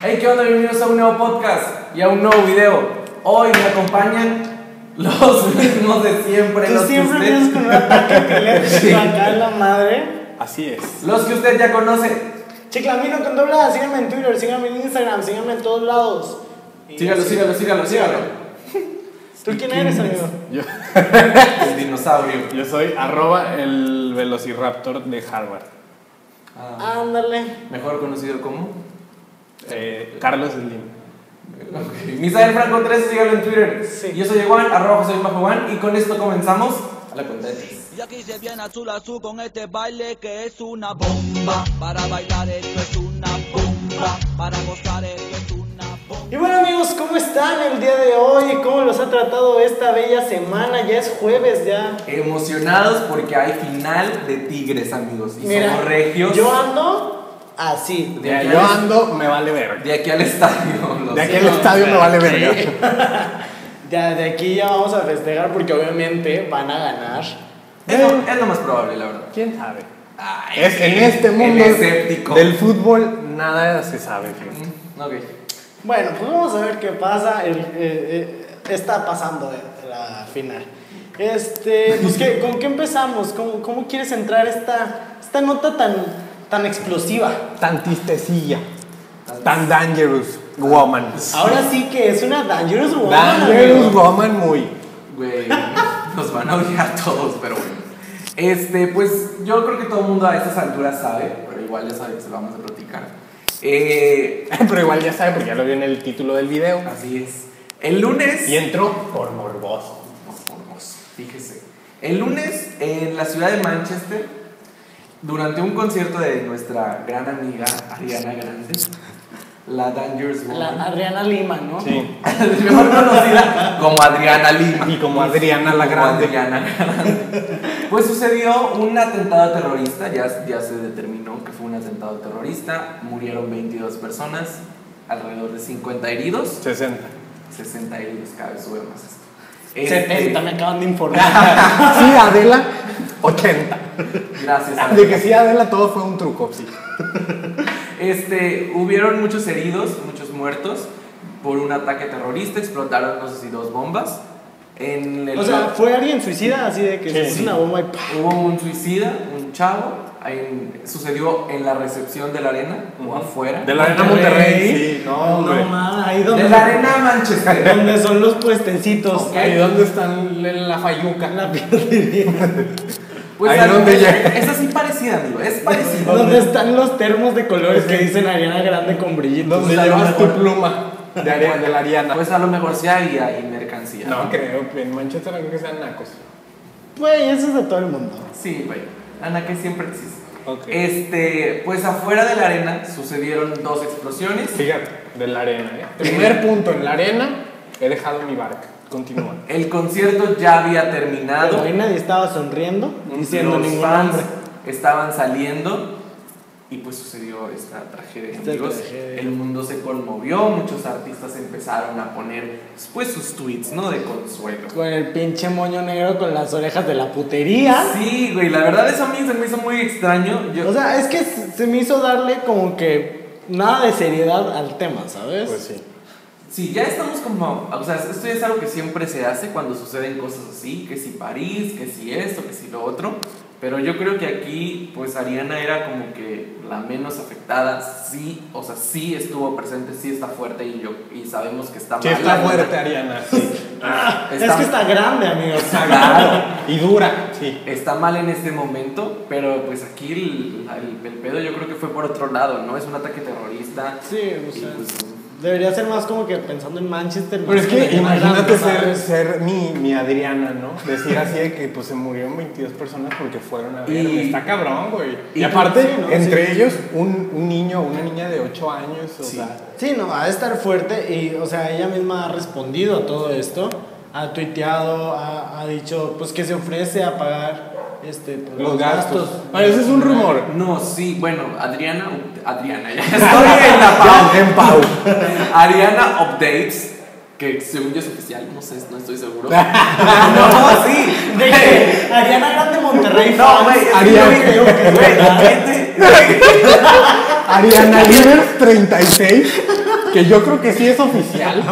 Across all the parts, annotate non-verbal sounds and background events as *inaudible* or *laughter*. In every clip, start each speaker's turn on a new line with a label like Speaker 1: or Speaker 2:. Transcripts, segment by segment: Speaker 1: Hey, ¿qué onda? Bienvenidos a un nuevo podcast y a un nuevo video. Hoy me acompañan los *laughs* mismos de siempre,
Speaker 2: Tú
Speaker 1: los que,
Speaker 2: siempre
Speaker 1: usted,
Speaker 2: vienes con un ataque
Speaker 1: Sí.
Speaker 2: epiléptico acá en la madre.
Speaker 3: Así es.
Speaker 1: los que usted ya conoce.
Speaker 2: Chiclamino con doble A, síganme en Twitter, síganme en Instagram, síganme en todos lados. Y-
Speaker 1: Sígalo, sígalo, sígalo, sígalo.
Speaker 2: ¿Tú quién eres, amigo?
Speaker 3: Yo,
Speaker 1: El dinosaurio.
Speaker 3: yo soy arroba el velociraptor de Harvard.
Speaker 1: Ah,
Speaker 2: Ándale.
Speaker 1: mejor conocido como.
Speaker 3: Eh, Carlos Slim.
Speaker 1: Ok. Misael Franco 13, sígalo en Twitter.
Speaker 2: Sí.
Speaker 1: Yo soy Juan, arroba soy bajo Juan, y con esto comenzamos a la cuenta de tres.
Speaker 4: Y aquí se viene azul azul con este baile que es una bomba. Para bailar esto es una bomba. Para gozar esto es una bomba.
Speaker 2: Y bueno, amigos, ¿cómo están el día de hoy? ¿Cómo los ha tratado esta bella semana? Ya es jueves, ya.
Speaker 1: Emocionados porque hay final de Tigres, amigos. Y somos regios.
Speaker 2: yo ando así.
Speaker 1: De aquí,
Speaker 3: yo
Speaker 1: al,
Speaker 3: ando, me vale verga.
Speaker 1: de aquí al estadio. lo
Speaker 3: De aquí al
Speaker 1: siento.
Speaker 3: estadio me vale verga.
Speaker 2: Ya de aquí ya vamos a festejar porque obviamente van a ganar.
Speaker 1: Es lo- es lo más probable, la verdad.
Speaker 3: ¿Quién sabe?
Speaker 1: Ay,
Speaker 3: Es, en este
Speaker 1: el
Speaker 3: mundo
Speaker 1: escéptico. Mm,
Speaker 3: del fútbol nada se sabe. fíjate.
Speaker 1: Ok.
Speaker 2: Bueno, pues vamos a ver qué pasa. el- eh, eh, está pasando eh, la final. Este, pues, ¿qué- ¿con qué empezamos? ¿Cómo, cómo quieres entrar esta, esta nota tan, tan explosiva?
Speaker 3: Tan tristecilla. Tan dangerous woman.
Speaker 2: Ahora sí que es una Dangerous Woman.
Speaker 3: Dangerous
Speaker 2: amigo.
Speaker 3: Ah, woman muy.
Speaker 1: Güey, *laughs* nos van a odiar todos, pero bueno. Este, pues yo creo que todo el mundo a estas alturas sabe, pero igual ya sabe que se lo vamos a platicar. Eh,
Speaker 3: Pero igual ya sabe porque ya lo vio en el título del video.
Speaker 1: así es. El lunes.
Speaker 3: Y entró por morboso.
Speaker 1: Vamos, Fíjese. El lunes en la ciudad de Manchester, durante un concierto de nuestra gran amiga Ariana Grande, la Dangerous Woman.
Speaker 2: La Adriana Lima, ¿no?
Speaker 3: Sí.
Speaker 1: *laughs* mejor conocida como Adriana Lima.
Speaker 3: Y como Adriana la
Speaker 1: Como
Speaker 3: Grande.
Speaker 1: Adriana Grande. Pues sucedió un atentado terrorista, ya, ya se determinó que fue un atentado terrorista, murieron 22 personas, alrededor de 50 heridos,
Speaker 3: 60.
Speaker 1: 60 heridos, cada vez sube más esto. Este,
Speaker 2: 70 me acaban de
Speaker 3: *laughs*
Speaker 2: informar.
Speaker 3: Sí, Adela, 80.
Speaker 1: Gracias. a
Speaker 3: *laughs* Ah, De que sí, Adela, todo fue un truco, sí.
Speaker 1: Este, hubieron muchos heridos, muchos muertos por un ataque terrorista, explotaron no sé si dos bombas. En el
Speaker 2: o sea, fue alguien suicida, así de que
Speaker 3: Sí,
Speaker 2: es
Speaker 3: sí.
Speaker 2: una bomba y ¡pah!
Speaker 1: Hubo un suicida, un chavo, ahí en- sucedió en la recepción de la arena o
Speaker 3: Ujú.
Speaker 1: afuera.
Speaker 3: De la Arena Monterrey. Sí, no,
Speaker 2: No,
Speaker 3: hombre.
Speaker 2: ma, ahí
Speaker 1: De
Speaker 2: donde,
Speaker 1: la arena Manchester.
Speaker 2: donde son los puestecitos.
Speaker 1: Ok.
Speaker 3: Ahí donde están la fayuca.
Speaker 2: La
Speaker 3: *laughs*
Speaker 2: piel
Speaker 1: Pues
Speaker 3: Ahí
Speaker 1: algo-
Speaker 3: donde ya-
Speaker 1: es así parecida, amigo, es parecido.
Speaker 2: ¿Dónde están los termos de colores que dicen Ariana Grande con brillitos?
Speaker 3: Donde
Speaker 1: Pues a lo
Speaker 3: llevas tu
Speaker 1: mejor.
Speaker 3: pluma de, Ari- de la Ariana.
Speaker 1: Pues a lo mejor sí hay, hay mercancía.
Speaker 3: *laughs* no, creo que en Manchester no creo que sean nacos.
Speaker 2: Güey, eso es de todo el mundo.
Speaker 1: Sí, güey. Ana que siempre existe.
Speaker 3: Ok.
Speaker 1: Este, pues afuera de la arena sucedieron dos explosiones.
Speaker 3: Fíjate, de la arena, ¿eh? Primer punto, en la arena he dejado mi barca. Continúa.
Speaker 1: El concierto ya había terminado.
Speaker 2: Pero ahí nadie estaba sonriendo, diciendo
Speaker 1: los
Speaker 2: ningún
Speaker 1: fans
Speaker 2: nombre.
Speaker 1: estaban saliendo y pues sucedió esta tragedia,
Speaker 2: Esta
Speaker 1: amigos.
Speaker 2: tragedia.
Speaker 1: El mundo se conmovió, muchos artistas empezaron a poner pues sus tweets, ¿no? De consuelo.
Speaker 2: Con el pinche moño negro con las orejas de la putería.
Speaker 1: Sí, güey, la verdad eso a mí se me hizo muy extraño. Yo,
Speaker 2: O sea, es que se se me hizo darle como que nada de seriedad al tema, ¿sabes?
Speaker 3: Pues sí.
Speaker 1: sí, ya estamos como, o sea, esto ya es algo que siempre se hace cuando suceden cosas así, que si París, que si esto, que si lo otro. Pero yo creo que aquí, pues Ariana era como que la menos afectada, sí, o sea, sí estuvo presente, sí está fuerte y, yo, y sabemos que está
Speaker 3: Sí,
Speaker 1: mal. este
Speaker 3: está fuerte, Ariana. Sí.
Speaker 2: Es que está grande, amigos.
Speaker 1: Claro.
Speaker 3: Y dura. Sí.
Speaker 1: Está mal en este momento, pero pues aquí el, el- el pedo yo creo que fue por otro lado, ¿no? Es un ataque terrorista.
Speaker 2: Sí, o
Speaker 1: y,
Speaker 2: sea,
Speaker 1: pues,
Speaker 2: debería ser más como que pensando en Manchester.
Speaker 3: Pero es que
Speaker 2: Ariana
Speaker 3: imagínate
Speaker 2: Grande,
Speaker 3: ser,
Speaker 2: ¿sabes?
Speaker 3: ser mi, mi Adriana, ¿no? Decir así de que pues se murieron 22 personas porque fueron a verme.
Speaker 1: Y-
Speaker 3: Está cabrón, güey. Y,
Speaker 1: y-
Speaker 3: aparte,
Speaker 2: sí, ¿no?
Speaker 3: entre
Speaker 2: Sí.
Speaker 3: ellos, un, un niño o una niña de 8 años, o
Speaker 1: Sí.
Speaker 3: sea...
Speaker 2: Sí, no, ha de estar fuerte y, o sea, ella misma ha respondido a todo esto, ha tuiteado, ha, ha dicho, pues que se ofrece a pagar este, pues,
Speaker 3: Los gastos. Ah, ese es un rumor.
Speaker 1: No, sí, bueno, Adriana, Adriana,
Speaker 2: *laughs*
Speaker 1: ya estoy en la pau.
Speaker 3: En Pau.
Speaker 1: Ariana Updates, que según yo es oficial, no sé, no estoy seguro. no, sí.
Speaker 2: *laughs* De que Ariana Grande Monterrey.
Speaker 1: No,
Speaker 2: fans,
Speaker 1: güey, es que yo
Speaker 2: Ariana-
Speaker 1: vi que yo- que, güey, la gente-
Speaker 3: Ariana Liver 36, que yo creo que sí es oficial.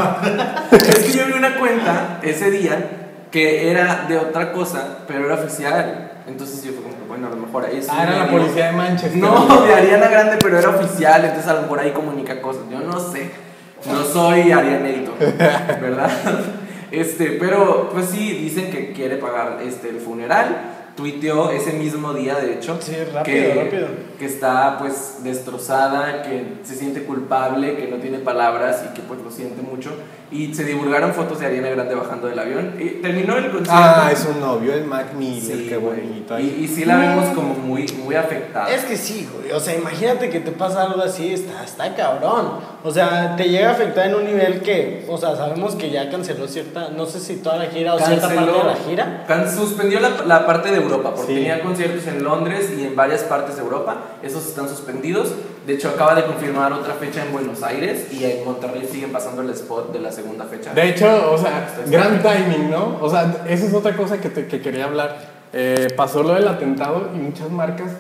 Speaker 1: Es que yo vi una cuenta ese día que era de otra cosa, pero era oficial. Entonces yo fue como, que, bueno, a lo mejor ahí sí
Speaker 3: Ah, era la
Speaker 1: me-
Speaker 3: policía de Manchester.
Speaker 1: No, de Ariana Grande, pero era oficial, entonces a lo mejor ahí comunica cosas. Yo no sé. No soy Arianeito, ¿verdad? *laughs* Este, pero pues sí, dicen que quiere pagar este, el funeral. Tuiteó ese mismo día, de hecho,
Speaker 2: Sí, rápido,
Speaker 1: que,
Speaker 2: rápido.
Speaker 1: que está pues destrozada, que se siente culpable, que no tiene palabras y que pues lo siente mucho. Y se divulgaron fotos de Ariana Grande bajando del avión. Y terminó el concierto.
Speaker 3: Ah, es un novio, el Mac Miller,
Speaker 1: Sí,
Speaker 3: qué
Speaker 1: güey.
Speaker 3: bonito.
Speaker 1: Y, y sí la vemos como muy, muy afectada.
Speaker 2: Es que sí, güey. O sea, imagínate que te pasa algo así, está, está cabrón. O sea, te llega a afectar en un nivel que, o sea, sabemos que ya canceló cierta, no sé si toda la gira o cierta parte de la gira.
Speaker 1: can- suspendió la, la parte de Europa, porque
Speaker 3: Sí.
Speaker 1: tenía conciertos en Londres y en varias partes de Europa. Esos están suspendidos. De hecho, acaba de confirmar otra fecha en Buenos Aires y en Monterrey siguen pasando el spot de la segunda fecha.
Speaker 3: De hecho, o sea, gran timing, ¿no? O sea, esa es otra cosa que, te- que quería hablar. Eh, pasó lo del atentado y muchas marcas,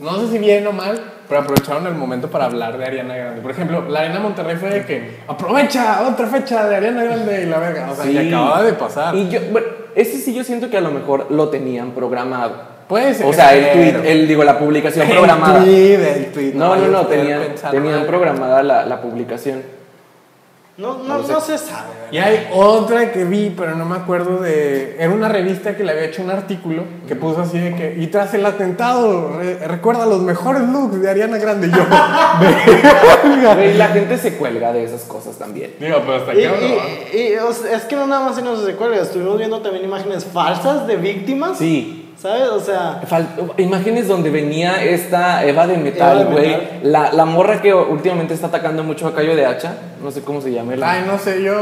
Speaker 3: no sé si bien o mal, pero aprovecharon el momento para hablar de Ariana Grande. Por ejemplo, la Arena Monterrey fue de que aprovecha otra fecha de Ariana Grande y la verga. O sea, y
Speaker 1: Sí.
Speaker 3: acababa de pasar.
Speaker 1: Y yo, bueno, ese sí yo siento que a lo mejor lo tenían programado.
Speaker 3: Puede ser.
Speaker 1: O sea, el
Speaker 3: pero- *laughs*
Speaker 1: tweet, el, digo, la publicación
Speaker 3: El
Speaker 1: programada.
Speaker 3: tweet, el tweet.
Speaker 1: No, no,
Speaker 3: yo
Speaker 1: no,
Speaker 3: estoy
Speaker 1: tenían,
Speaker 3: pensando
Speaker 1: tenían
Speaker 3: mal.
Speaker 1: programada la, la
Speaker 3: *laughs*
Speaker 1: publicación.
Speaker 2: No, no, no se sabe,
Speaker 3: Y
Speaker 2: ¿verdad?
Speaker 3: hay otra que vi, pero no me acuerdo de. Era una revista que le había hecho un artículo que puso así de que. Y tras el atentado, re- recuerda los mejores looks de Ariana Grande. Y yo. *laughs*
Speaker 1: Güey, la gente se cuelga de esas cosas también.
Speaker 3: Digo, pero hasta
Speaker 2: Y,
Speaker 3: qué hora.
Speaker 2: y- y, o sea, es que no nada más se nos recuerda, estuvimos viendo también imágenes falsas de víctimas.
Speaker 1: Sí,
Speaker 2: ¿Sabes? O sea,
Speaker 1: Fal- imágenes donde venía esta Eva de
Speaker 2: Eva
Speaker 1: metal,
Speaker 2: de
Speaker 1: güey.
Speaker 2: metal.
Speaker 1: La, la morra que últimamente está atacando mucho a Cayo de Hacha. No sé cómo se llama.
Speaker 3: Ay, no sé, yo.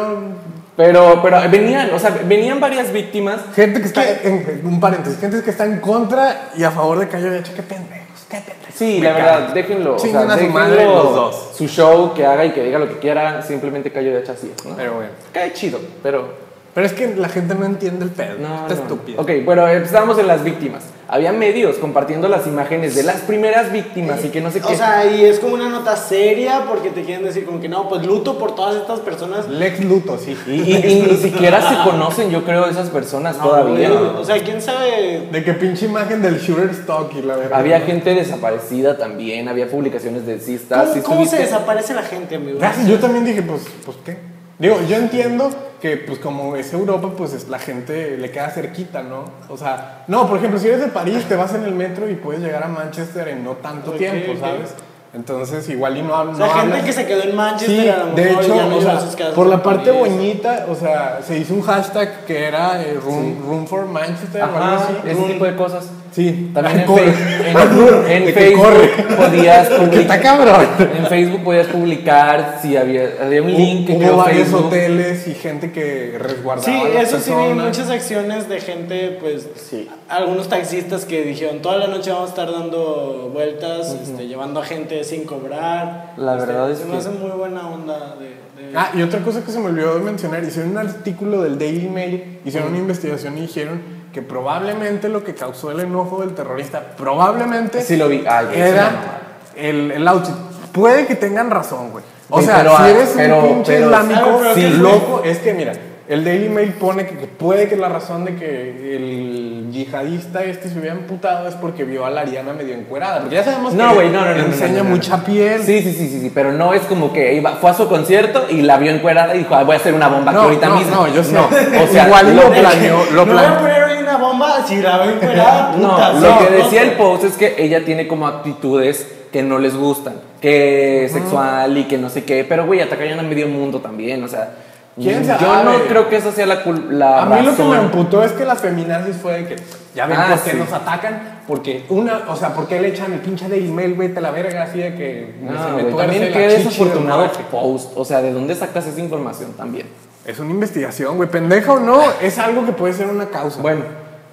Speaker 1: Pero, pero venían, o sea, venían varias víctimas.
Speaker 3: Gente que está. En, un paréntesis. Gente que está en contra y a favor de Cayo de Hacha. Qué pendejos, qué pendejos.
Speaker 1: Sí,
Speaker 3: Me
Speaker 1: la
Speaker 3: caga.
Speaker 1: verdad, déjenlo. O sea,
Speaker 3: Chinguen a su madre
Speaker 1: déjenlo
Speaker 3: los dos.
Speaker 1: Su show, que haga y que diga lo que quiera. Simplemente Cayo de Hacha así es, ¿no?
Speaker 3: Pero bueno.
Speaker 1: Cae chido, pero
Speaker 3: Pero es que la gente no entiende el pedo.
Speaker 1: No,
Speaker 3: está
Speaker 1: no.
Speaker 3: estúpido.
Speaker 1: Ok, bueno, estábamos en las víctimas. Había medios compartiendo las imágenes de las primeras víctimas y que
Speaker 3: Eh,
Speaker 1: no sé qué.
Speaker 2: o sea, y es como una nota seria porque te quieren decir como que no, pues luto por todas estas personas.
Speaker 3: Lex Luto, sí.
Speaker 1: y, y- y ni siquiera se conocen, yo creo, esas personas todavía.
Speaker 2: Ah, Güey, O sea, quién sabe
Speaker 3: De que pinche imagen del shooter stock y la verdad.
Speaker 1: Había gente desaparecida también, había publicaciones de si estás-
Speaker 2: ¿Cómo,
Speaker 1: si
Speaker 2: cómo se
Speaker 1: estuviste-
Speaker 2: desaparece la gente, amigo?
Speaker 3: Gracias, yo también dije, pues, pues qué. Digo, yo entiendo que, pues, como es Europa, pues es- la gente le queda cerquita, ¿no? O sea, no, por ejemplo, si eres de París, te vas en el metro y puedes llegar a Manchester en no tanto
Speaker 2: Ok,
Speaker 3: tiempo,
Speaker 2: ok.
Speaker 3: ¿sabes? Entonces, igual y no, hab-
Speaker 2: O
Speaker 3: no
Speaker 2: sea, gente
Speaker 3: hablas-
Speaker 2: que se quedó en Manchester
Speaker 3: Sí,
Speaker 2: a lo mejor
Speaker 3: de
Speaker 2: y ya no
Speaker 3: hecho, o
Speaker 2: iba a
Speaker 3: sea,
Speaker 2: sus casas
Speaker 3: por la
Speaker 2: en
Speaker 3: parte
Speaker 2: París.
Speaker 3: bonita, o sea, se hizo un hashtag que era eh, room, Room for Manchester o algo
Speaker 1: Ajá,
Speaker 3: así.
Speaker 1: ese tipo de cosas.
Speaker 3: Sí,
Speaker 1: También en,
Speaker 3: Ah, corre. *laughs*
Speaker 1: Fe- en- en
Speaker 3: De que
Speaker 1: Facebook
Speaker 3: corre. *laughs*
Speaker 1: podías
Speaker 3: Porque está
Speaker 1: publicar.
Speaker 3: cabrón.
Speaker 1: En Facebook podías publicar si había, había un link que
Speaker 3: Hubo
Speaker 1: creó
Speaker 3: varios
Speaker 1: Facebook.
Speaker 3: hoteles y gente que resguardaba.
Speaker 2: Sí,
Speaker 3: a las
Speaker 2: eso sí, vi
Speaker 3: personas.
Speaker 2: muchas acciones de gente, pues,
Speaker 3: Sí.
Speaker 2: algunos taxistas que dijeron, toda la noche vamos a estar dando vueltas, este, llevando a gente sin cobrar.
Speaker 1: La
Speaker 2: Este,
Speaker 1: verdad es
Speaker 2: se
Speaker 1: que-
Speaker 2: me hace muy buena onda de... de-
Speaker 3: Ah, y otra cosa que se me olvidó de mencionar, hicieron un artículo del Daily Mail, hicieron una investigación y dijeron que probablemente lo que causó el enojo del terrorista, probablemente
Speaker 1: Sí lo vi. Ay, güey, es una mamada.
Speaker 3: era el, el outfit. Puede que tengan razón, güey. O
Speaker 1: Sí,
Speaker 3: sea,
Speaker 1: pero, ah,
Speaker 3: si eres
Speaker 1: pero-
Speaker 3: un pinche
Speaker 1: pero-
Speaker 3: islámico,
Speaker 2: Ah, pero ¿qué
Speaker 3: sí,
Speaker 2: fue?
Speaker 3: loco, es que mira, el Daily Mail pone que, que puede que la razón de que el yihadista este se hubiera amputado es porque vio a la Ariana medio encuerada. Porque ya sabemos
Speaker 1: No,
Speaker 3: que
Speaker 1: güey, no, no, no, no, no,
Speaker 3: enseña
Speaker 1: no, no.
Speaker 3: mucha piel.
Speaker 1: Sí, sí, sí, sí, sí, pero no es como que iba, fue a su concierto y la vio encuerada y dijo, "Ah, voy a hacer una bomba
Speaker 3: No,
Speaker 1: aquí ahorita
Speaker 3: no,
Speaker 1: mismo.
Speaker 3: no, yo sé.
Speaker 1: o sea,
Speaker 3: Igual lo
Speaker 2: de que
Speaker 3: planeó, lo
Speaker 2: no voy a
Speaker 3: planeó.
Speaker 2: poner hoy una bomba si la veo
Speaker 1: *laughs*
Speaker 2: encuerada,
Speaker 1: No,
Speaker 2: puta,
Speaker 1: lo que
Speaker 2: no,
Speaker 1: decía
Speaker 2: no.
Speaker 1: el post es que ella tiene como actitudes que no les gustan, que sexual y que no sé qué, pero güey, atacarían a medio mundo también, o sea,
Speaker 3: ¿Quién
Speaker 1: yo
Speaker 3: sabe?
Speaker 1: no creo que esa sea la cul- la
Speaker 3: A mí lo que
Speaker 1: razón.
Speaker 3: me amputó es que las feminazis fue de que ya ven
Speaker 1: Ah,
Speaker 3: por qué
Speaker 1: sí.
Speaker 3: nos atacan, porque una, o sea, porque le echan el pinche Daily Mail, güey, te la verga así de que me- se
Speaker 1: No,
Speaker 3: me
Speaker 1: güey,
Speaker 3: tuerce
Speaker 1: también
Speaker 3: la
Speaker 1: qué
Speaker 3: chichi
Speaker 1: desafortunado
Speaker 3: del coraje.
Speaker 1: post, o sea, ¿de dónde sacas esa información también?
Speaker 3: Ah. Es una investigación, güey, pendeja o no, es algo que puede ser una causa.
Speaker 1: Bueno,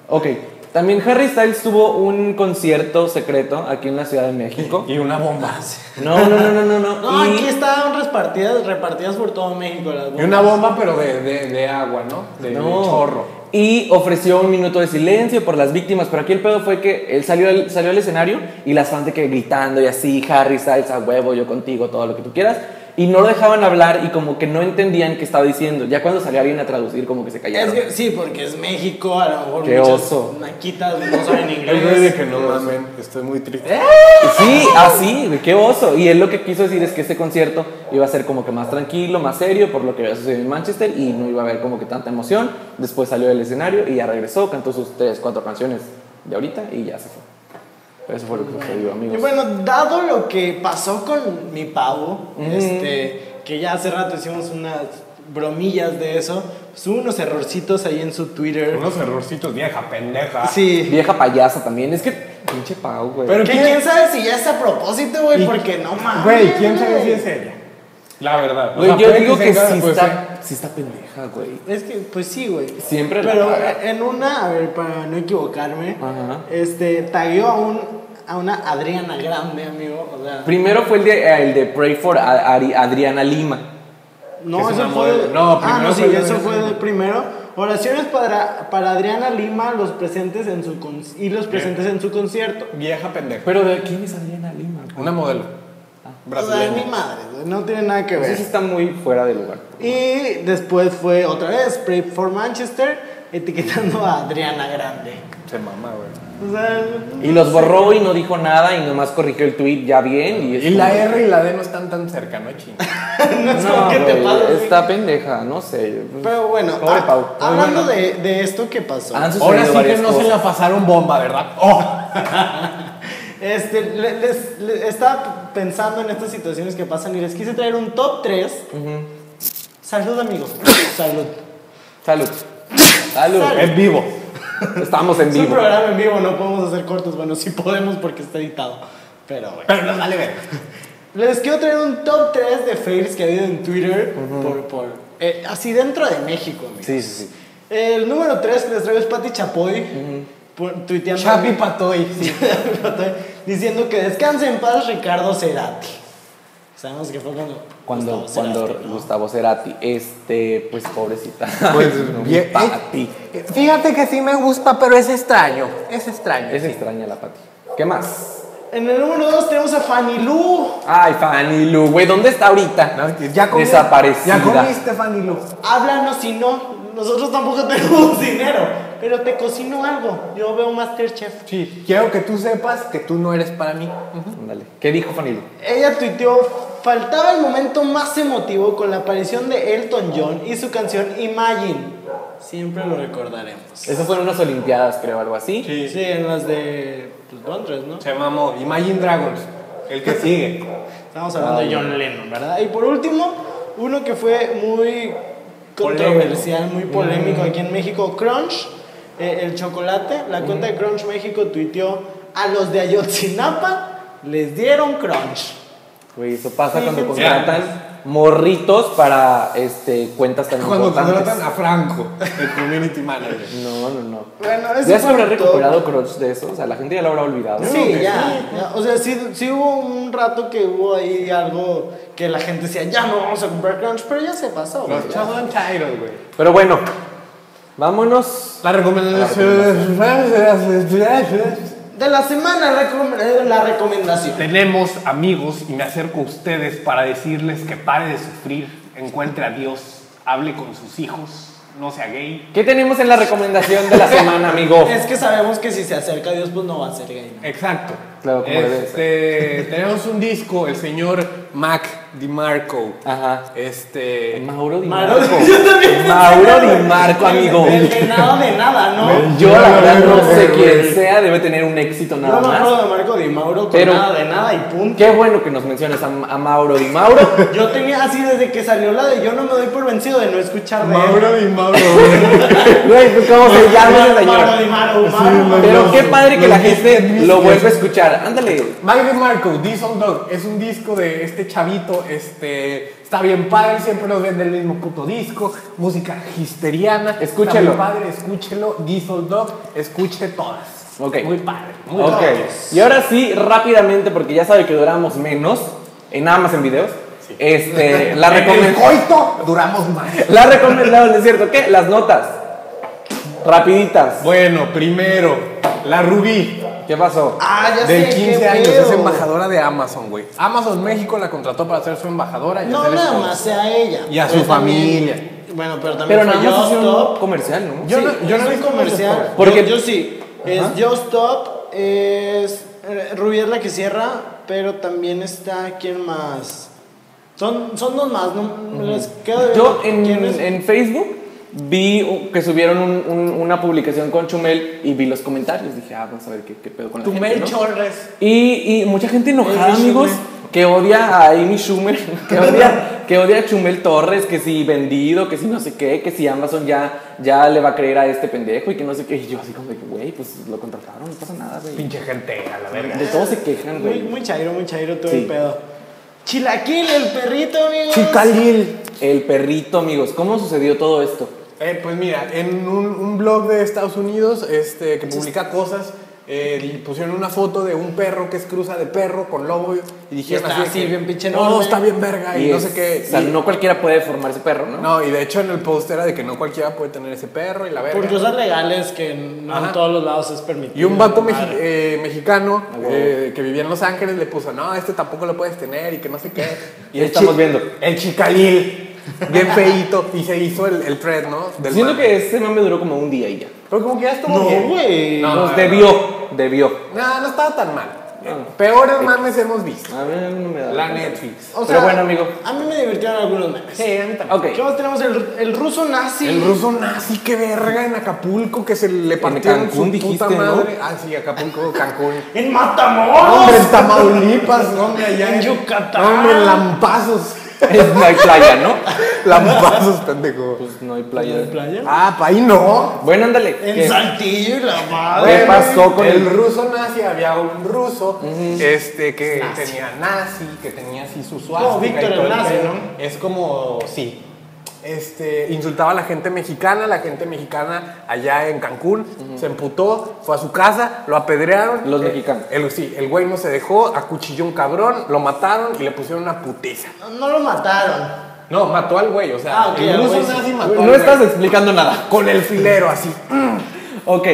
Speaker 1: ok. También Harry Styles tuvo un concierto secreto aquí en la Ciudad de México.
Speaker 3: *laughs* Y una bomba.
Speaker 1: No, no, no, no, no. no.
Speaker 2: No,
Speaker 1: Y-
Speaker 2: aquí estaban repartidas, repartidas por todo México las
Speaker 3: Y una bomba, pero de, de- de agua, ¿no? De, de
Speaker 1: No.
Speaker 3: chorro.
Speaker 1: Y ofreció un minuto de silencio por las víctimas, pero aquí el pedo fue que él salió al, salió al escenario y las fans de que gritando y así, Harry Styles a huevo, yo contigo, todo lo que tú quieras. Y no lo dejaban hablar y como que no entendían qué estaba diciendo. Ya cuando salió alguien a traducir, como que se
Speaker 2: Es
Speaker 1: callaron.
Speaker 2: que- sí, porque es México, a lo mejor
Speaker 1: Qué
Speaker 2: muchas
Speaker 1: oso.
Speaker 2: naquitas no
Speaker 1: *laughs*
Speaker 2: saben
Speaker 3: El güey de
Speaker 2: inglés.
Speaker 3: que no mamen, estoy muy triste.
Speaker 1: ¿Eh? Sí, así, güey, qué oso. Y él lo que quiso decir es que este concierto iba a ser como que más tranquilo, más serio, por lo que había sucedido en Manchester y no iba a haber como que tanta emoción. Después salió del escenario y ya regresó, cantó sus tres, cuatro canciones de ahorita y ya se fue. Pero eso fue lo que sucedió,
Speaker 2: Y
Speaker 1: amigos.
Speaker 2: bueno, dado lo que pasó con mi pavo, este, que ya hace rato hicimos unas bromillas de eso, pues hubo unos errorcitos ahí en su Twitter.
Speaker 3: Unos errorcitos, vieja pendeja.
Speaker 2: Sí.
Speaker 1: Vieja payasa también. Es que pinche pau, güey.
Speaker 3: ah. Pero
Speaker 2: Que
Speaker 3: ¿quién-
Speaker 2: quién sabe si ya es a propósito, güey,
Speaker 3: Y-
Speaker 2: porque no mames.
Speaker 3: Güey, ¿quién sabe si es ella? La verdad. O
Speaker 1: Güey,
Speaker 3: sea,
Speaker 1: yo
Speaker 3: puede
Speaker 1: digo
Speaker 3: se
Speaker 1: que
Speaker 3: engañe,
Speaker 1: sí
Speaker 3: pues,
Speaker 1: está, sí está pendeja, güey.
Speaker 2: Es que, pues sí, güey.
Speaker 1: Siempre la
Speaker 2: Pero
Speaker 1: caga.
Speaker 2: eh, en una, a ver, para no equivocarme,
Speaker 1: Ajá.
Speaker 2: este, tagueó a, un, a una Adriana Grande, amigo. O sea,
Speaker 1: Primero fue el de, eh, el de Pray for A- Ari- Adriana Lima.
Speaker 2: no,
Speaker 3: es
Speaker 2: eso
Speaker 3: una
Speaker 2: fue.
Speaker 3: modelo. No,
Speaker 2: ah,
Speaker 3: primero
Speaker 2: no, sí,
Speaker 3: fue de
Speaker 2: eso
Speaker 3: Adriana
Speaker 2: fue
Speaker 3: Lima.
Speaker 2: de primero. Oraciones para, para Adriana Lima, los presentes en su con- y los presentes en su concierto.
Speaker 3: Vieja pendeja.
Speaker 1: Pero ¿de quién es Adriana Lima? güey?
Speaker 3: Una modelo.
Speaker 2: O sea, ni
Speaker 3: Brasileña.
Speaker 2: madre, güey, no tiene nada que
Speaker 1: Eso
Speaker 2: ver.
Speaker 1: sí está muy fuera de lugar.
Speaker 2: Y después fue otra vez, Pray for Manchester, etiquetando a Adriana Grande.
Speaker 3: Se mama, güey.
Speaker 2: O sea, *laughs*
Speaker 1: Y los borró y no dijo nada y nomás corrigió el tweet ya bien. Y, es
Speaker 3: Y la
Speaker 1: como-
Speaker 3: R y la D no están tan cerca, ¿no, ching?
Speaker 2: no es
Speaker 1: No,
Speaker 2: como que te
Speaker 1: güey,
Speaker 2: paras, güey.
Speaker 1: Está pendeja, no sé. pues,
Speaker 2: Pero bueno,
Speaker 1: Pobre
Speaker 2: ah,
Speaker 1: Pau.
Speaker 2: hablando de, de esto que pasó,
Speaker 1: Han sucedido
Speaker 3: Ahora sí que
Speaker 1: varias
Speaker 3: no se
Speaker 1: cosas.
Speaker 3: la pasaron bomba, ¿verdad? ¡Oh!
Speaker 2: este, le- les- le- estaba pensando en estas situaciones que pasan y les quise traer un top 3. Salud,
Speaker 3: *coughs*
Speaker 2: amigos. Salud.
Speaker 1: Salud. Salud.
Speaker 2: Salud.
Speaker 3: Es vivo.
Speaker 1: Estamos en
Speaker 2: Es un
Speaker 1: vivo.
Speaker 2: programa en vivo, no podemos hacer cortos. Bueno, sí podemos porque está editado. Pero bueno.
Speaker 3: Pero no vale ver.
Speaker 2: Les quiero traer un top 3 de fails que ha habido en Twitter. por, por, eh, así dentro de México, amigos.
Speaker 1: Sí, sí, sí.
Speaker 2: El número 3 que les traigo es Pati Chapoy. por- tuiteando.
Speaker 3: Chapi Patoy.
Speaker 2: *laughs* Sí, diciendo que descanse en paz Ricardo Cerati. Sabemos que fue cuando
Speaker 1: Cuando,
Speaker 2: Gustavo
Speaker 1: cuando
Speaker 2: Cerati, ¿no?
Speaker 1: Gustavo Cerati, este, pues pobrecita.
Speaker 3: Pues,
Speaker 1: *laughs* No,
Speaker 3: bien- eh,
Speaker 1: Pati.
Speaker 5: Fíjate que sí me gusta, pero es extraño. Es
Speaker 3: eh,
Speaker 5: extraño.
Speaker 1: Es extraña la Pati. ¿Qué más?
Speaker 2: En el número 2 tenemos a Fanny Lu.
Speaker 1: Ay, Fanny Lu, güey, ¿dónde está ahorita?
Speaker 3: comí-
Speaker 1: Desaparecida.
Speaker 3: Ya comiste, Fanny Lu.
Speaker 2: Háblanos si no, nosotros tampoco *laughs* tenemos dinero, pero te cocino algo. Yo veo Masterchef.
Speaker 3: Sí, quiero que tú sepas que tú no eres para mí.
Speaker 1: Ándale. ¿Qué dijo Fanny Lu?
Speaker 2: Ella tuiteó, faltaba el momento más emotivo con la aparición de Elton John y su canción Imagine. Siempre lo recordaremos.
Speaker 1: Esas fueron unas Olimpiadas, creo, algo así.
Speaker 3: Sí.
Speaker 2: Sí, en las de pues, Londres, ¿no?
Speaker 3: Se mamó. Imagine Dragons. El que sigue.
Speaker 2: Estamos hablando de John Lennon, ¿verdad? Y por último, uno que fue muy controversial, muy polémico Mm. aquí en México, Crunch, eh, el chocolate, la cuenta de Crunch México tuiteó a los de Ayotzinapa les dieron Crunch.
Speaker 1: Güey, eso pasa
Speaker 2: Sí,
Speaker 1: cuando
Speaker 2: sí, sí.
Speaker 1: contratan morritos para este, cuentas tan
Speaker 3: Cuando
Speaker 1: importantes.
Speaker 3: contratan a Franco, el community manager.
Speaker 1: No, no, no.
Speaker 2: Bueno, ese
Speaker 1: ¿Ya se
Speaker 2: fue
Speaker 1: habrá
Speaker 2: mi top.
Speaker 1: recuperado Crotch de eso? O sea, la gente ya lo habrá olvidado.
Speaker 2: Sí, ya, ya. O sea, sí, sí hubo un rato que hubo ahí algo que la gente decía, ya no vamos a comprar Crunch, pero ya se pasó. güey.
Speaker 3: Los chavos son chairos, güey.
Speaker 1: Pero bueno, vámonos.
Speaker 3: La recomendación.
Speaker 2: De la semana, recom- eh, la recomendación.
Speaker 6: Tenemos amigos y me acerco a ustedes para decirles que pare de sufrir, encuentre a Dios, hable con sus hijos, no sea gay.
Speaker 1: ¿Qué tenemos en la recomendación de la semana, amigo?
Speaker 2: *laughs* Es que sabemos que si se acerca a Dios, pues no va a ser gay. ¿no?
Speaker 3: Exacto.
Speaker 1: Claro, como debe
Speaker 3: este, tenemos un disco, el señor Mac DiMarco.
Speaker 1: Ajá.
Speaker 3: Este.
Speaker 1: Mauro Di
Speaker 2: Mauro-
Speaker 1: Marco.
Speaker 2: *laughs* Yo también pensé
Speaker 1: Mauro
Speaker 2: que-
Speaker 1: Di Marco, amigo.
Speaker 2: El de nada de nada, ¿no?
Speaker 1: Yo la verdad no sé quién sea, debe tener un éxito nada
Speaker 2: Yo me
Speaker 1: más.
Speaker 2: acuerdo de Marco Di Mauro con
Speaker 1: Pero-
Speaker 2: nada de nada y punto.
Speaker 1: Qué bueno que nos mencionas a, a Mauro Di Mauro.
Speaker 2: Yo tenía así desde que salió la de Yo no me doy por vencido de no escuchar de él.
Speaker 3: Mauro DiMarco. güey.
Speaker 1: Güey, pues, ¿cómo se llama ese señor?
Speaker 2: Mauro Di Mauro, Mauro.
Speaker 1: Pero qué padre que la
Speaker 3: Los-
Speaker 1: gente
Speaker 3: los-
Speaker 1: lo vuelva a escuchar. Ándale.
Speaker 3: Mac DiMarco, This Old Dog. Es un disco de este
Speaker 6: este chavito, este, está bien padre, siempre nos vende el mismo puto disco, música histeriana. está
Speaker 1: Escúchelo.
Speaker 6: bien padre, escúchelo. Diesel Dog, escuche todas.
Speaker 1: Ok.
Speaker 6: Muy padre. Muy
Speaker 1: Ok.
Speaker 6: padre.
Speaker 1: Y ahora sí, rápidamente, porque ya sabe que duramos menos, eh, nada más en videos. Este,
Speaker 2: *laughs*
Speaker 1: la
Speaker 6: En el
Speaker 1: recomendación.
Speaker 6: coito duramos más.
Speaker 1: La recomendación, ¿es cierto? ¿Qué? Las notas. Rapiditas.
Speaker 3: Bueno, primero, la Rubí.
Speaker 1: ¿Qué pasó?
Speaker 2: Ah, ya
Speaker 3: De
Speaker 2: sé,
Speaker 3: 15
Speaker 2: qué
Speaker 3: años,
Speaker 2: pedo.
Speaker 3: es embajadora de Amazon, güey. Amazon México la contrató para ser su embajadora y
Speaker 2: No,
Speaker 3: hacer
Speaker 2: nada
Speaker 3: sponsor.
Speaker 2: más sea ella.
Speaker 3: Y a
Speaker 2: Pero
Speaker 3: su
Speaker 2: también-
Speaker 3: familia.
Speaker 2: Bueno, pero también
Speaker 1: Pero nada
Speaker 2: fue
Speaker 1: más es
Speaker 2: Just
Speaker 1: un
Speaker 2: pues, Stop.
Speaker 1: comercial, ¿no?
Speaker 3: Yo
Speaker 2: Sí,
Speaker 3: no- yo no
Speaker 2: es
Speaker 3: he
Speaker 2: un
Speaker 3: visto Just
Speaker 2: comercial.
Speaker 3: Stop.
Speaker 1: Porque-
Speaker 2: Yo, yo sí. Es Just Stop, es eh, Rubí es la que cierra, pero también está quién más. Son, son dos más, no les quedo de ver
Speaker 1: Yo en,
Speaker 2: quién es.
Speaker 1: en Facebook vi u- que subieron un- un- una publicación con Chumel y vi los comentarios. Dije, ah, vamos a ver qué, qué pedo con la gente,
Speaker 6: Tumel
Speaker 1: ¿no?
Speaker 6: Chorres.
Speaker 1: Y, y mucha gente enojada,
Speaker 2: Amy
Speaker 1: amigos,
Speaker 2: Schumer.
Speaker 1: que odia a Amy Schumer, *laughs* que odia, que odia a Chumel Torres, que si vendido, que si no sé qué, que si Amazon ya, ya le va a creer a este pendejo y que no sé qué. Y yo así como de que, güey, pues lo contrataron, no pasa nada, güey.
Speaker 6: Pinche gente, a la verga.
Speaker 1: De todo pues, se quejan,
Speaker 2: Muy,
Speaker 1: güey.
Speaker 2: muy chairo, muy chairo todo
Speaker 1: Sí.
Speaker 2: el pedo. Chilaquil, el perrito, amigos.
Speaker 1: Chicalil, el perrito, amigos. ¿Cómo sucedió todo esto?
Speaker 3: Eh, pues mira, en un, un blog de Estados Unidos este, que publica cosas, eh, y pusieron una foto de un perro que es cruza de perro con lobo y dijeron
Speaker 2: está
Speaker 3: así, de
Speaker 2: así,
Speaker 3: que,
Speaker 2: bien pinche
Speaker 3: "No,
Speaker 2: enorme".
Speaker 3: está bien verga y, no
Speaker 1: es-
Speaker 3: sé qué.
Speaker 1: O sea,
Speaker 3: Y-
Speaker 1: no cualquiera puede formarse perro, ¿no?
Speaker 3: no, y de hecho en el post era de que no cualquiera puede tener ese perro y la verga.
Speaker 2: Por cosas legales que no
Speaker 3: Ajá.
Speaker 2: en todos los lados es permitido.
Speaker 3: Y un vato
Speaker 2: Madre.
Speaker 3: mexi- eh, mexicano
Speaker 1: huevo.
Speaker 3: eh, que vivía en Los Ángeles le puso, no, este tampoco lo puedes tener y que no sé qué.
Speaker 1: *laughs* Y ahí estamos
Speaker 3: chi-
Speaker 1: viendo.
Speaker 3: El chicalil, bien feíto, y se hizo el, el thread, ¿no? Del
Speaker 1: Siento
Speaker 3: mame.
Speaker 1: que ese mame duró como un día y ya.
Speaker 3: Pero como que ya estuvo
Speaker 2: No,
Speaker 3: bien.
Speaker 2: güey.
Speaker 3: No,
Speaker 1: Nos
Speaker 3: no,
Speaker 1: debió, debió.
Speaker 3: No, no estaba tan mal. Peores mames hemos visto.
Speaker 1: A ver, no me da.
Speaker 3: La Netflix.
Speaker 2: O
Speaker 1: Pero
Speaker 2: sea,
Speaker 1: bueno, amigo.
Speaker 2: A mí me divirtieron algunos memes.
Speaker 3: Sí, a mí también.
Speaker 1: Ok. *laughs*
Speaker 2: ¿Qué más tenemos? El, el ruso nazi.
Speaker 3: El ruso nazi, qué verga, en Acapulco, que se le partieron
Speaker 1: Cancún
Speaker 3: su puta
Speaker 1: dijiste, ¿no?
Speaker 3: madre. Ah, sí, Acapulco,
Speaker 1: *laughs*
Speaker 3: Cancún.
Speaker 2: En
Speaker 3: Hombre,
Speaker 2: Matamoros.
Speaker 3: en Tamaulipas, hombre, allá.
Speaker 2: En
Speaker 3: en-
Speaker 1: Ah.
Speaker 2: Yucatán.
Speaker 3: Hombre, en Lampazos. *laughs*
Speaker 1: Es- no hay playa, ¿no?
Speaker 3: Lampazos, pendejo.
Speaker 1: Pues no hay playa.
Speaker 2: ¿En playa?
Speaker 3: Ah, pa' ahí no.
Speaker 1: Bueno, ándale.
Speaker 2: En
Speaker 1: ¿Qué?
Speaker 2: Saltillo y la
Speaker 1: ¿Qué
Speaker 2: madre.
Speaker 1: pasó con
Speaker 3: el
Speaker 1: el-
Speaker 3: ruso nazi? Había un ruso este, que tenía nazi, que tenía así su suave.
Speaker 2: Víctor el nazi, ¿no?
Speaker 3: Es como, sí. Este, insultaba a la gente mexicana, la gente mexicana allá en Cancún, se emputó, fue a su casa, lo apedrearon.
Speaker 1: Los
Speaker 3: Eh,
Speaker 1: mexicanos.
Speaker 3: El, sí, el güey no se dejó, acuchilló un cabrón, lo mataron y le pusieron una putiza.
Speaker 2: No lo mataron.
Speaker 3: No, mató al güey, o sea,
Speaker 2: Ah, ok,
Speaker 3: el
Speaker 2: al
Speaker 3: ruso
Speaker 2: güey sí.
Speaker 3: nazi mató al
Speaker 1: No
Speaker 3: güey.
Speaker 1: estás explicando nada.
Speaker 3: Con el filero así.
Speaker 1: Ok.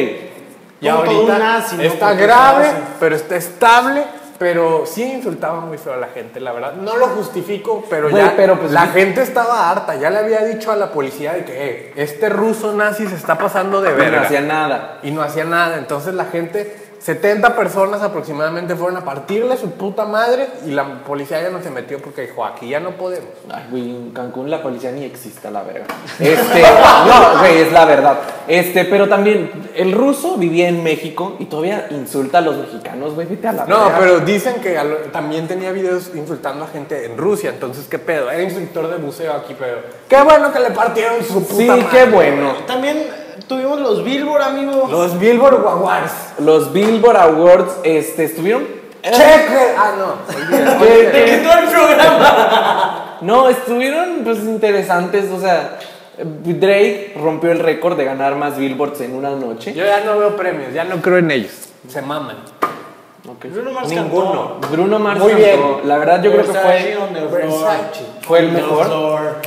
Speaker 3: Y
Speaker 2: Como todo
Speaker 3: ahorita
Speaker 2: un nazi, ¿no?
Speaker 3: está
Speaker 2: Porque
Speaker 3: grave,
Speaker 2: nazi.
Speaker 3: pero está estable, pero sí insultaba muy feo a la gente, la verdad. No lo justifico, pero
Speaker 1: Güey,
Speaker 3: ya
Speaker 1: pero pues
Speaker 3: la
Speaker 1: sí.
Speaker 3: gente estaba harta. Ya le había dicho a la policía de que "Eh, este ruso nazi se está pasando de
Speaker 1: No
Speaker 3: verga.
Speaker 1: hacía nada.
Speaker 3: Y no hacía nada. Entonces la gente, 70 personas aproximadamente fueron a partirle su puta madre y la policía ya no se metió porque dijo, aquí ya no podemos.
Speaker 1: Ay, güey, en Cancún la policía ni existe, la
Speaker 3: *laughs*
Speaker 1: verga. Este, no, güey, es la verdad. Este, pero también, el ruso vivía en México y todavía insulta a los mexicanos, güey, vete a la
Speaker 3: No,
Speaker 1: verga.
Speaker 3: pero dicen que a lo- también tenía videos insultando a gente en Rusia, entonces qué pedo. Era instructor de buceo aquí, pero qué bueno que le partieron su puta
Speaker 1: Sí,
Speaker 3: madre.
Speaker 1: qué bueno.
Speaker 2: También tuvimos los Billboard, amigo.
Speaker 3: Los Billboard Guaguars.
Speaker 1: Los Billboard Awards, este, estuvieron...
Speaker 3: Cheque. Ah, no. olvida,
Speaker 1: ¿Qué-
Speaker 3: olvida.
Speaker 1: qué-
Speaker 2: el
Speaker 3: *laughs*
Speaker 2: programa.
Speaker 1: No, estuvieron pues interesantes, o sea, Drake rompió el récord de ganar más billboards en una noche.
Speaker 3: Yo ya no veo premios, ya no creo en ellos. Se maman.
Speaker 1: Ok.
Speaker 2: Bruno Mars
Speaker 3: Ninguno.
Speaker 1: Bruno Mars
Speaker 3: Muy bien.
Speaker 1: cantó, la verdad yo creo que fue
Speaker 3: Versace.
Speaker 1: fue el mejor.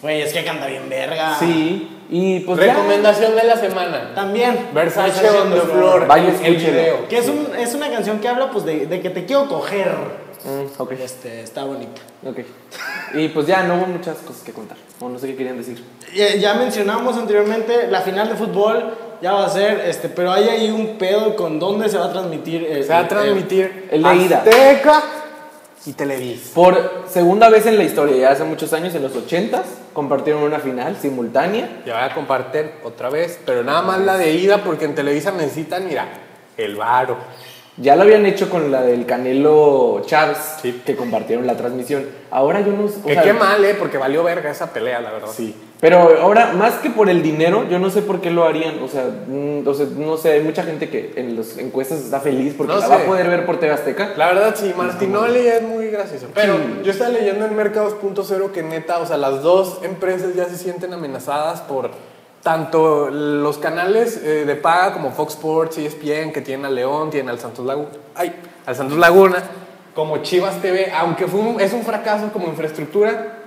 Speaker 2: Güey, es que canta bien verga.
Speaker 1: Sí, y pues ya.
Speaker 3: Recomendación de la semana.
Speaker 2: También.
Speaker 3: Versace on the floor.
Speaker 1: Vaya,
Speaker 3: el
Speaker 1: escúchelo.
Speaker 3: video.
Speaker 2: Que es, un- es una canción que habla pues de, de que te quiero coger.
Speaker 1: Mm, ok,
Speaker 2: Este, está bonita.
Speaker 1: ok. Y pues ya no hubo muchas cosas que contar, o no sé qué querían decir.
Speaker 2: Ya, ya mencionamos anteriormente la final de fútbol. Ya va a ser, este, pero hay ahí un pedo con dónde se va a transmitir. eh,
Speaker 3: Se va
Speaker 2: eh,
Speaker 3: a transmitir
Speaker 1: el de ida.
Speaker 3: Azteca y Televisa.
Speaker 1: Por segunda vez en la historia, ya hace muchos años, en los 80s, compartieron una final simultánea.
Speaker 3: Ya voy a compartir otra vez, pero nada más la de ida porque en Televisa necesitan, mira, el varo.
Speaker 1: Ya lo habían hecho con la del Canelo Charles,
Speaker 3: Sí.
Speaker 1: que compartieron la transmisión. Ahora yo no. o
Speaker 3: Que
Speaker 1: sea,
Speaker 3: qué mal, ¿eh? Porque valió verga esa pelea, la verdad.
Speaker 1: Sí. Pero ahora, más que por el dinero, yo no sé por qué lo harían. O sea, mm, o sea, no sé, hay mucha gente que en las encuestas está feliz porque
Speaker 3: No
Speaker 1: la va
Speaker 3: sé.
Speaker 1: a poder ver por TV Azteca.
Speaker 3: La verdad, sí, Martinoli es muy gracioso. Pero yo estaba leyendo en Mercados.0 que neta, o sea, las dos empresas ya se sienten amenazadas por tanto los canales eh, de paga como Fox Sports, E ESPN, que tienen a León, tienen al Santos Laguna, ay, al Santos Laguna, como Chivas TV, aunque fue un- es un fracaso como infraestructura,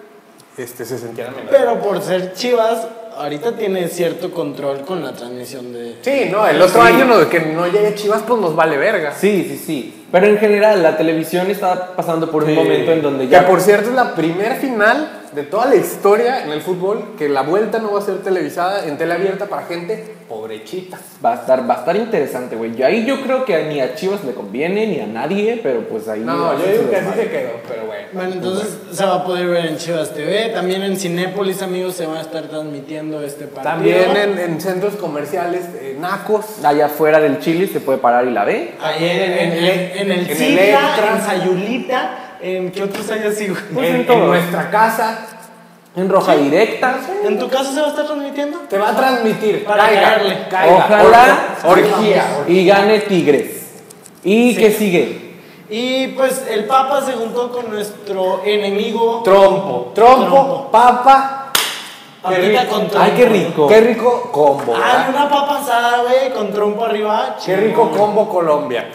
Speaker 3: este, se sentían amenazadas.
Speaker 2: Pero por ser Chivas, ahorita tiene cierto control con la transmisión de.
Speaker 3: Sí, no, el otro
Speaker 1: Sí.
Speaker 3: año no, que no llegue Chivas, pues nos vale verga.
Speaker 1: Sí, sí, sí. Pero en general, la televisión está pasando por un momento en donde
Speaker 3: Que
Speaker 1: ya.
Speaker 3: por cierto es la primera final de toda la historia en el fútbol que la vuelta no va a ser televisada en tele abierta para gente pobrechita.
Speaker 1: Va a estar, va a estar interesante, güey. Yo, ahí yo creo que ni a Chivas le conviene, ni a nadie, pero pues ahí.
Speaker 3: No, yo
Speaker 1: hacen su
Speaker 3: digo que así
Speaker 1: desmadre.
Speaker 3: se quedó, pero bueno.
Speaker 2: Bueno, entonces se va a poder ver en Chivas TV. También en Cinépolis, amigos, se va a estar transmitiendo este partido.
Speaker 3: También en, en centros comerciales, eh, nacos.
Speaker 1: Allá afuera del Chile se puede parar y la ve.
Speaker 2: Ayer en, en- en- en el
Speaker 3: En el
Speaker 2: Sigla,
Speaker 3: Electra.
Speaker 2: en Sayulita, en qué otros hay así, güey?
Speaker 1: Pues en
Speaker 3: en,
Speaker 1: todo.
Speaker 3: en nuestra casa
Speaker 1: En roja directa.
Speaker 2: ¿En tu caso se va a estar transmitiendo?
Speaker 3: te va a transmitir.
Speaker 2: Para
Speaker 3: caiga,
Speaker 2: caerle.
Speaker 3: caiga.
Speaker 1: Ojalá.
Speaker 3: Or- orgía.
Speaker 1: Y gane Tigres. ¿Y
Speaker 2: Sí.
Speaker 1: qué sigue?
Speaker 2: Y pues el Papa se juntó con nuestro enemigo.
Speaker 3: Trompo, trompo,
Speaker 2: Trompo.
Speaker 3: papa.
Speaker 2: Papita
Speaker 3: rico.
Speaker 2: con trompo.
Speaker 1: Ay, qué rico. Ah,
Speaker 3: Qué rico combo.
Speaker 2: Ay,
Speaker 3: ¿verdad?
Speaker 2: una papa asada, güey, con trompo arriba.
Speaker 3: Qué
Speaker 2: chingón.
Speaker 3: rico combo Colombia.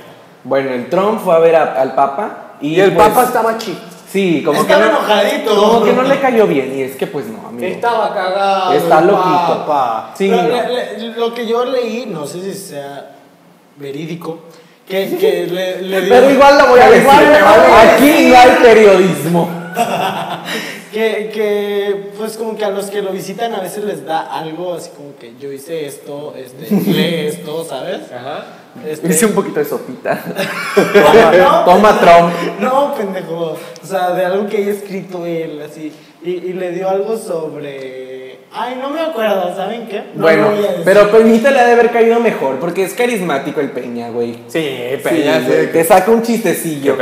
Speaker 1: Bueno, el Trump fue a ver a- al Papa. Y,
Speaker 3: Y el
Speaker 1: pues,
Speaker 3: papa estaba chiquito.
Speaker 1: Sí, como
Speaker 2: Estaba
Speaker 1: que. no-
Speaker 2: enojadito.
Speaker 1: Como que no le cayó bien. Y es que, pues no, amigo.
Speaker 3: Estaba cagado.
Speaker 1: Está
Speaker 3: el
Speaker 1: loquito.
Speaker 3: papa.
Speaker 1: Sí,
Speaker 2: Lo,
Speaker 1: no.
Speaker 2: le- le- lo que yo leí, no sé si sea verídico, que, que le, le dio-
Speaker 1: Pero igual la voy a
Speaker 2: Pero
Speaker 1: decir.
Speaker 2: igual la voy a
Speaker 1: Aquí
Speaker 2: decir.
Speaker 1: no hay periodismo.
Speaker 2: Que, que, pues como que a los que lo visitan a veces les da algo así como que yo hice esto, este, lee esto, ¿sabes?
Speaker 3: Ajá.
Speaker 2: Este-
Speaker 1: Hice
Speaker 2: *laughs*
Speaker 1: un poquito de sopita.
Speaker 2: No, pues,
Speaker 1: Toma, Trump.
Speaker 2: No, pendejo. O sea, de algo que haya escrito él, así. Y, y le dio algo sobre. Ay, no me acuerdo, ¿saben qué? No
Speaker 1: bueno,
Speaker 2: lo voy a decir.
Speaker 1: pero Peñita le ha de haber caído mejor, porque es carismático el Peña, güey.
Speaker 3: Sí,
Speaker 1: Sí,
Speaker 3: Peña,
Speaker 1: güey,
Speaker 3: sí.
Speaker 1: Te saca un chistecillo.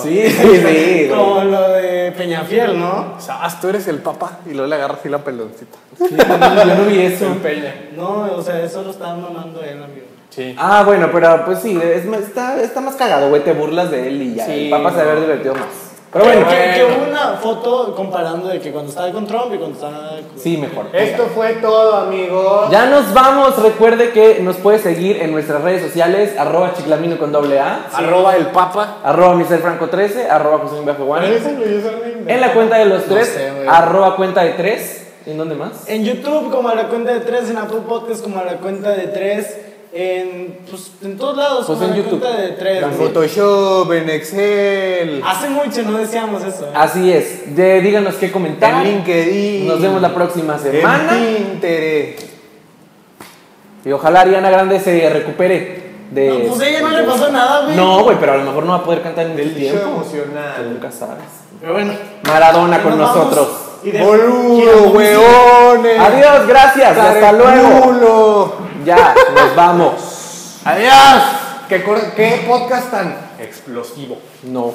Speaker 1: Sí, sí,
Speaker 2: *laughs*
Speaker 1: pues sí. güey.
Speaker 2: Como lo de Peñafiel, ¿no?
Speaker 3: Sabes, tú eres el papá y luego le agarras así la peloncita.
Speaker 1: Sí, no, Yo no vi eso.
Speaker 3: Peña.
Speaker 2: No, o sea, eso lo estaba mamando él, amigo.
Speaker 3: Sí.
Speaker 1: Ah, bueno, pero pues sí, es más- está, está más cagado, güey. Te burlas de él y ya.
Speaker 3: Sí,
Speaker 1: el papá se
Speaker 3: no.
Speaker 1: debe haber divertido más. Pero bueno,
Speaker 2: que, que
Speaker 3: bueno.
Speaker 2: hubo una foto comparando de que cuando estaba con Trump y cuando estaba. con-
Speaker 1: sí, mejor.
Speaker 3: Esto fue todo, amigos.
Speaker 1: Ya nos vamos. Recuerde que nos puede seguir en nuestras redes sociales, arroba chiclamino con doble A,
Speaker 3: Arroba el papa.
Speaker 1: arroba miserfranco13, arroba José Bajo Juan. En la cuenta de los
Speaker 2: No
Speaker 1: tres,
Speaker 2: sé, güey.
Speaker 1: arroba cuenta de tres. ¿En dónde más?
Speaker 2: En YouTube, como a la cuenta de tres, en Apple Podcast, como a la cuenta de tres, en, pues, en todos lados,
Speaker 1: Pues
Speaker 2: como
Speaker 1: en
Speaker 2: a la
Speaker 1: YouTube.
Speaker 2: cuenta de tres.
Speaker 1: También.
Speaker 2: güey.
Speaker 3: Photoshop, en Excel,
Speaker 2: Hace mucho no decíamos eso. ¿eh?
Speaker 1: Así es. De- díganos qué comentar.
Speaker 3: en LinkedIn.
Speaker 1: Nos vemos la próxima semana.
Speaker 3: En Pinterest.
Speaker 1: Y ojalá Ariana Grande se recupere de.
Speaker 2: No, pues a ella no le pasó nada, güey.
Speaker 1: No, güey, pero a lo mejor no va a poder cantar en el
Speaker 3: Del
Speaker 1: tiempo.
Speaker 3: show
Speaker 1: Tú
Speaker 3: emocional.
Speaker 1: nunca sabes.
Speaker 2: Pero bueno.
Speaker 1: Maradona con
Speaker 2: nos vamos.
Speaker 1: nosotros.
Speaker 2: Y de-
Speaker 3: Boludo,
Speaker 2: giramos.
Speaker 3: hueones.
Speaker 1: Adiós, gracias. Hasta luego.
Speaker 3: Culo.
Speaker 1: Ya, nos vamos.
Speaker 3: Adiós. ¿Qué, cor- ¿Qué podcast tan explosivo?
Speaker 1: No.